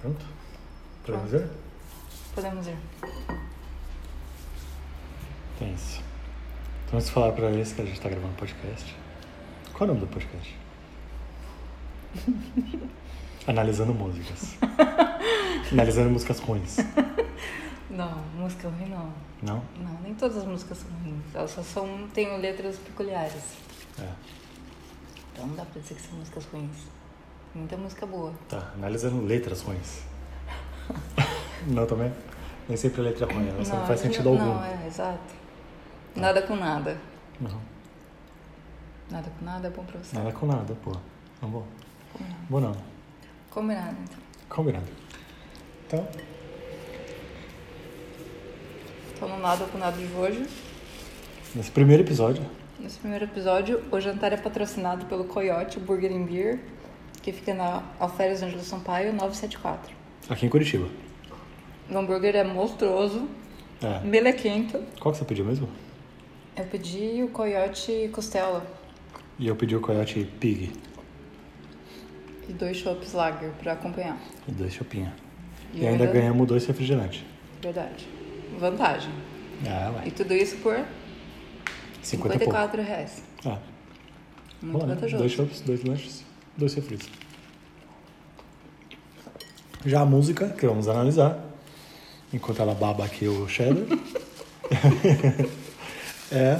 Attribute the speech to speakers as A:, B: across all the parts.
A: Pronto? Podemos ver?
B: Podemos ir.
A: Tem isso. Então vamos falar pra eles que a gente tá gravando podcast. Qual é o nome do podcast? Analisando músicas. Analisando músicas ruins.
B: Não, música ruim não.
A: Não?
B: Não, nem todas as músicas são ruins. Elas só são, têm letras peculiares.
A: É.
B: Então não dá pra dizer que são músicas ruins. Muita música boa.
A: Tá. Analisando letras ruins. não também? Nem sempre a letra é ruim, ela só não faz
B: às vezes-
A: sentido algum.
B: Não, é, exato. Nada com nada.
A: Não.
B: Nada com nada é bom pra você.
A: Nada com nada, pô. Não vou. Vou não.
B: Combinado, então.
A: Combinado. Então,
B: Então no nada com nada de hoje.
A: nesse primeiro episódio,
B: Nesse primeiro episódio, o jantar é patrocinado pelo Coyote Burger and Beer, que fica na Alferes Ângelo Sampaio, 974.
A: aqui em Curitiba.
B: O hambúrguer é monstruoso,
A: É.
B: melequento.
A: Qual que você pediu mesmo?
B: Eu pedi o Coyote Costela
A: E eu pedi o Coyote Pig
B: e dois chopps lager pra acompanhar.
A: e dois chopinha.
B: E
A: E, ainda
B: ainda-
A: ganhamos dois refrigerantes.
B: Verdade. Vantagem.
A: Ah,
B: E
A: vai.
B: tudo isso por
A: 50 e pouco.
B: 54 reais.
A: Ah,
B: Muito
A: bom, né?
B: vantajoso.
A: Dois shops, dois lanches, dois refris. Já a música, que vamos analisar, enquanto ela baba aqui o cheddar, é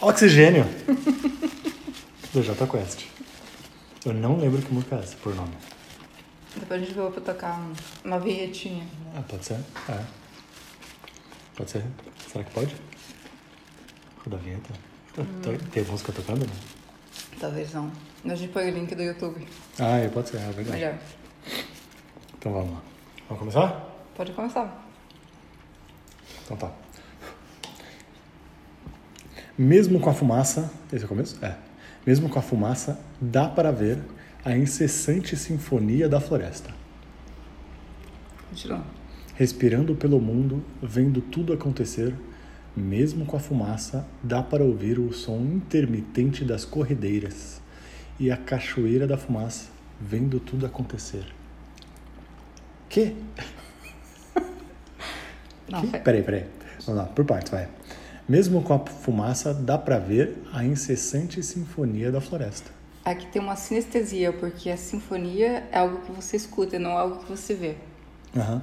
A: Oxigênio, do Jota Quest. Eu não lembro que música é essa, por nome.
B: Depois a gente vai pra tocar um- uma vinhetinha.
A: Ah, pode ser? É. Pode ser? Será que pode? Roda a vinheta. Tá, Tem música tocando, né?
B: Talvez não. A gente põe o link do YouTube.
A: Ah, é, pode ser, é verdade.
B: Melhor.
A: Então vamos lá. Vamos começar?
B: Pode começar.
A: Então tá. Mesmo com a fumaça. Esse é o começo? É. Mesmo com a fumaça, dá para ver a incessante sinfonia da floresta.
B: Continua.
A: Respirando pelo mundo, vendo tudo acontecer, mesmo com a fumaça, dá para ouvir o som intermitente das corredeiras e a cachoeira da fumaça, vendo tudo acontecer. Que?
B: Não,
A: Que?
B: fe-
A: Peraí, peraí. Vamos lá, por partes, vai. Mesmo com a fumaça, dá para ver a incessante sinfonia da floresta.
B: Aqui tem uma sinestesia, porque a sinfonia é algo que você escuta e não algo que você vê.
A: Aham.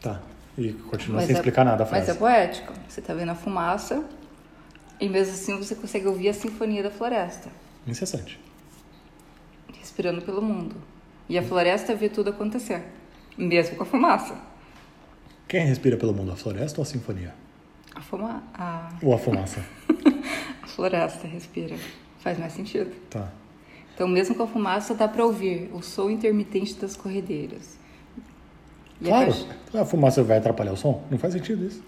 A: Tá. E continua
B: Mas
A: sem
B: é-
A: explicar nada a frase.
B: Mas é poético. Você tá vendo a fumaça e mesmo assim você consegue ouvir a sinfonia da floresta,
A: Incessante.
B: respirando pelo mundo. E a floresta vê tudo acontecer, mesmo com a fumaça.
A: Quem respira pelo mundo, a floresta ou a sinfonia?
B: A, fuma... a...
A: Ou a fumaça?
B: a floresta respira. Faz mais sentido.
A: tá.
B: Então, mesmo com a fumaça, dá pra ouvir o som intermitente das corredeiras. E a
A: Claro,
B: caixa-
A: a fumaça vai atrapalhar o som? Não faz sentido isso.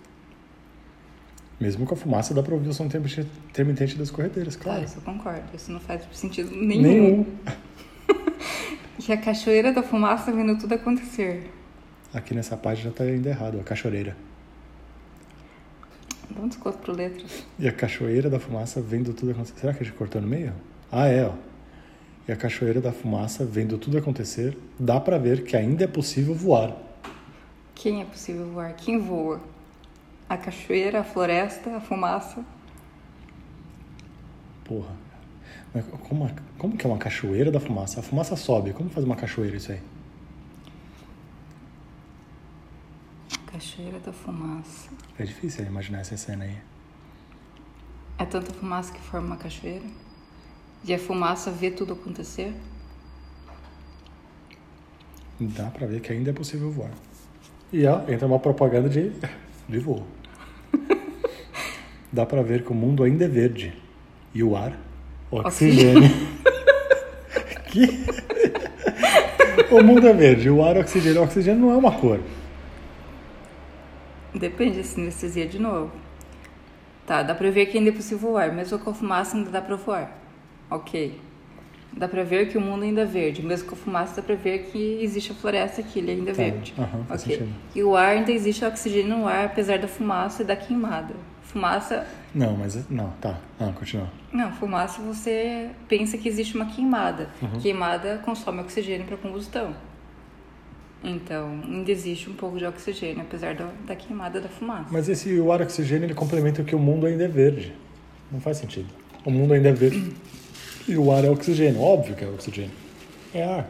A: Mesmo com a fumaça, dá pra ouvir o som intermitente- intermitente das corredeiras,
B: Tá,
A: claro.
B: isso eu concordo. Isso não faz sentido nenhum.
A: Nenhum.
B: E a cachoeira da fumaça vendo tudo acontecer.
A: Aqui nessa página tá ainda errado, a cachoeira.
B: Dá um desconto pro letras.
A: E a cachoeira da fumaça vendo tudo acontecer. Será que a gente cortou no meio? Ah, é, ó. E a cachoeira da fumaça vendo tudo acontecer, dá pra ver que ainda é possível voar.
B: Quem é possível voar? Quem voa? A cachoeira, a floresta, a fumaça.
A: Porra. Mas como, a- como que é uma cachoeira da fumaça? A fumaça sobe. Como faz uma cachoeira isso aí?
B: Cachoeira da fumaça.
A: É difícil imaginar essa cena aí.
B: É tanta fumaça que forma uma cachoeira. E a fumaça vê tudo acontecer.
A: Dá pra ver que ainda é possível voar. E ó, entra uma propaganda de, de voo. Dá pra ver que o mundo ainda é verde. E o ar, oxigênio. que... o mundo é verde, o ar, oxigênio. Oxigênio não é uma cor.
B: Depende da sinestesia de novo. Tá, dá pra ver que ainda é possível voar. Mesmo com a fumaça ainda dá pra voar. Ok. Dá pra ver que o mundo ainda é verde. Mesmo com a fumaça dá pra ver que existe a floresta que ele ainda é
A: Tá,
B: verde.
A: aham, faz
B: ok.
A: sentido.
B: E o ar ainda existe oxigênio no ar, apesar da fumaça e da queimada. Fumaça
A: Não, mas... Não, tá. Ah, continua.
B: Não, fumaça
A: Uhum.
B: você pensa que existe uma queimada. Queimada consome oxigênio para combustão. Então, ainda existe um pouco de oxigênio, apesar da, da queimada da fumaça.
A: Mas esse o ar oxigênio ele complementa o que o mundo ainda é verde. Não faz sentido. O mundo ainda é verde e o ar é oxigênio. Óbvio que é oxigênio. É ar.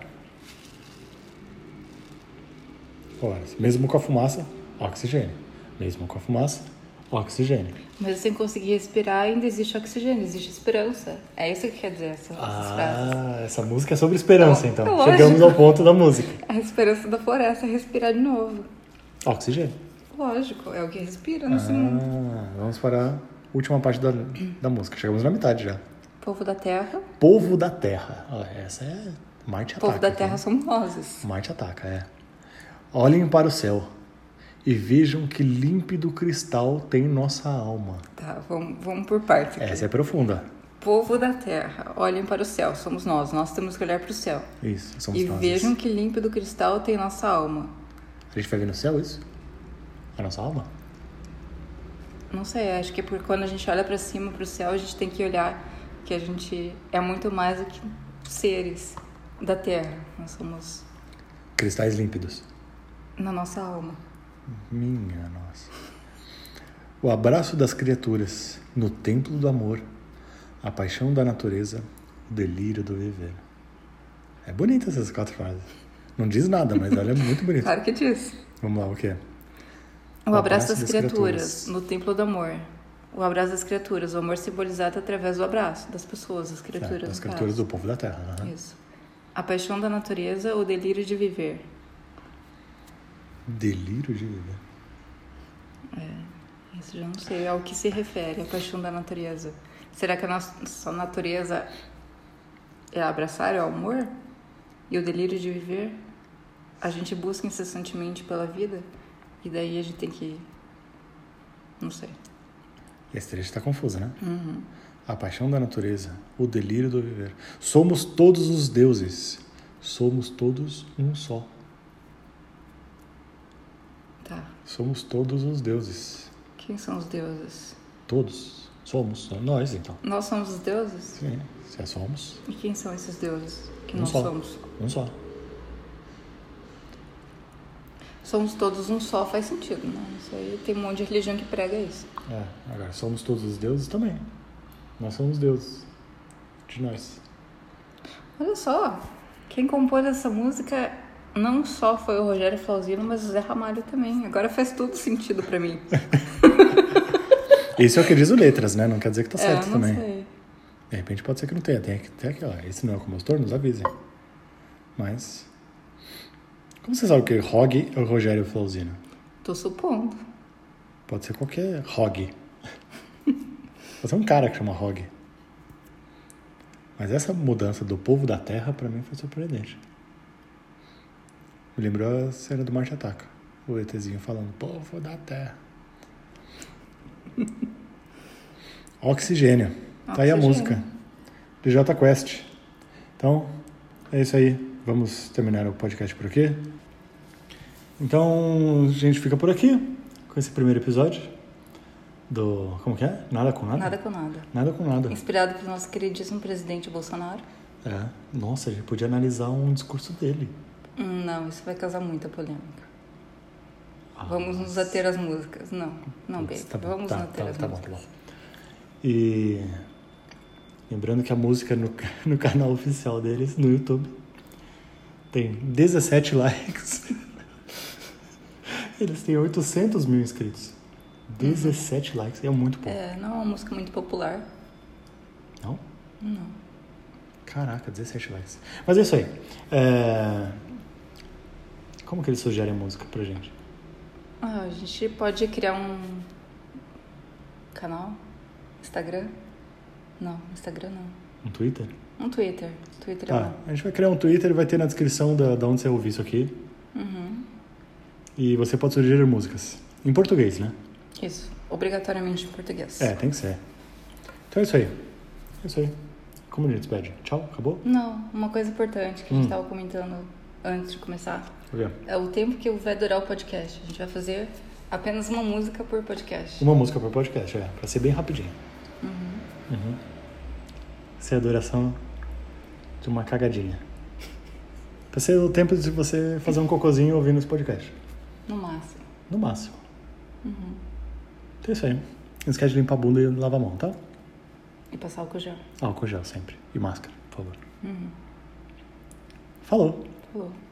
A: Ora, mesmo com a fumaça, oxigênio. Mesmo com a fumaça, oxigênio.
B: Mesmo sem conseguir respirar, ainda existe oxigênio, existe esperança. É isso que quer dizer essa, essas frases.
A: Ah, essa música é sobre esperança, então.
B: lógico.
A: Chegamos ao ponto da música.
B: A esperança da floresta é respirar de novo.
A: Oxigênio.
B: Lógico, é o que respira nesse mundo.
A: Ah, vamos para a última parte da, da música. Chegamos na metade já.
B: Povo da terra,
A: Povo da Terra. Ó, Essa é Marte Ataca.
B: povo da
A: então.
B: terra somos nós.
A: Marte Ataca, é. Olhem para o céu e vejam que límpido cristal tem nossa alma.
B: Tá, vamos, vamos por partes aqui.
A: Essa é profunda.
B: Povo da terra, olhem para o céu, somos nós, nós temos que olhar para o céu.
A: Isso, somos
B: E
A: nós.
B: vejam que límpido cristal tem nossa alma.
A: A gente vai ver no céu isso? A nossa alma?
B: Não sei, acho que é porque quando a gente olha para cima, para o céu, a gente tem que olhar que a gente é muito mais do que seres da terra. Nós somos
A: Cristais límpidos.
B: na nossa alma.
A: Minha nossa. O abraço das criaturas no templo do amor, a paixão da natureza, o delírio do viver. É bonita essas quatro frases. Não diz nada, mas ela é muito bonita.
B: Claro que diz.
A: Vamos lá, o que é?
B: O Um abraço das criaturas no templo do amor. O abraço das criaturas, o amor simbolizado através do abraço das pessoas, das criaturas.
A: Tá,
B: né?
A: As
B: no
A: criaturas
B: caso.
A: do povo da terra. aham.
B: Isso. A paixão da natureza, o delírio de viver.
A: Delírio de viver.
B: Isso já não sei ao que se refere, a paixão da natureza. Será que a nossa natureza é abraçar é o amor? E o delírio de viver? A gente busca incessantemente pela vida e daí a gente tem que. Não sei.
A: Esse trecho está confuso, né?
B: Uhum.
A: A paixão da natureza, o delírio do viver. Somos todos os deuses, somos todos um só.
B: Tá.
A: Somos todos os deuses.
B: Quem são os deuses?
A: Todos. Somos. Nós, então.
B: Nós somos os deuses?
A: Sim, se é somos,
B: E quem são esses deuses que
A: Um
B: nós
A: só.
B: somos?
A: um só.
B: Somos todos um só, faz sentido, né? Isso aí tem um monte de religião que prega isso.
A: É, agora, somos todos os deuses também. Nós somos deuses. De nós.
B: Olha só, quem compôs essa música não só foi o Rogério Flauzino, mas o Zé Ramalho também. Agora faz todo sentido pra mim.
A: Esse eu acredito letras, né? Não quer dizer que tá certo
B: é, não
A: também.
B: sei.
A: De repente pode ser que não tenha. Tem que ter aquela. Esse não é o compositor, nos avisem. Mas. Como você sabe o que? Rog ou Rogério Flauzino?
B: Tô supondo.
A: Pode ser qualquer Rog. Pode ser um cara que chama Rog. Mas essa mudança do povo da terra, pra mim, foi surpreendente. Me lembrou a cena do Marte Ataca. O ETzinho falando, povo da terra. Oxigênio. Tá aí a
B: Oxigênio.
A: música. DJ Quest. Então, é isso aí. Vamos terminar o podcast por aqui. Então, a gente fica por aqui com esse primeiro episódio do... Como que é? Nada com nada?
B: Nada com nada.
A: Nada com nada.
B: Inspirado pelo nosso queridíssimo presidente Bolsonaro.
A: É. Nossa, a gente podia analisar um discurso dele.
B: Hum, Não, isso vai causar muita polêmica.
A: Ah,
B: Vamos nos ater às músicas. Não, não,
A: putz,
B: baby.
A: tá bom,
B: Vamos
A: tá,
B: nos ater
A: tá,
B: às
A: tá bom, tá
B: músicas.
A: bom. E lembrando que a música no, ca- no canal oficial deles, no YouTube, tem 17 likes. Eles têm 800 mil inscritos. 17 likes, é muito pouco.
B: É, não é uma música muito popular. É.
A: Não? Não. Caraca, 17 likes. Mas é isso aí. É, Como que eles sugerem música pra gente?
B: Ah, a gente pode criar um canal? Instagram? Não, Instagram não.
A: Um Twitter?
B: Um Twitter. Twitter é
A: Tá,
B: bom.
A: a gente vai criar um Twitter, vai ter na descrição da, da onde você ouvir isso aqui. Uhum. E você pode sugerir músicas. Em português, né?
B: Isso. Obrigatoriamente em português.
A: É, tem que ser. Então é isso aí. É isso aí. Como a gente despede? Tchau, acabou?
B: Não, uma coisa importante que a gente
A: Hum.
B: tava comentando antes de começar
A: Ok.
B: é o tempo que vai durar o podcast. A gente vai fazer apenas uma música por podcast.
A: Uma música por podcast, é. Pra ser bem rapidinho. Uhum. Essa é a duração de uma cagadinha. Vai ser o tempo de você fazer um cocôzinho ouvindo esse podcast.
B: No máximo.
A: No máximo. Uhum. Então é isso aí. Não esquece de limpar a bunda e lavar a mão, tá?
B: E passar álcool gel.
A: Álcool gel sempre. E máscara, por favor. Falou.
B: Falou.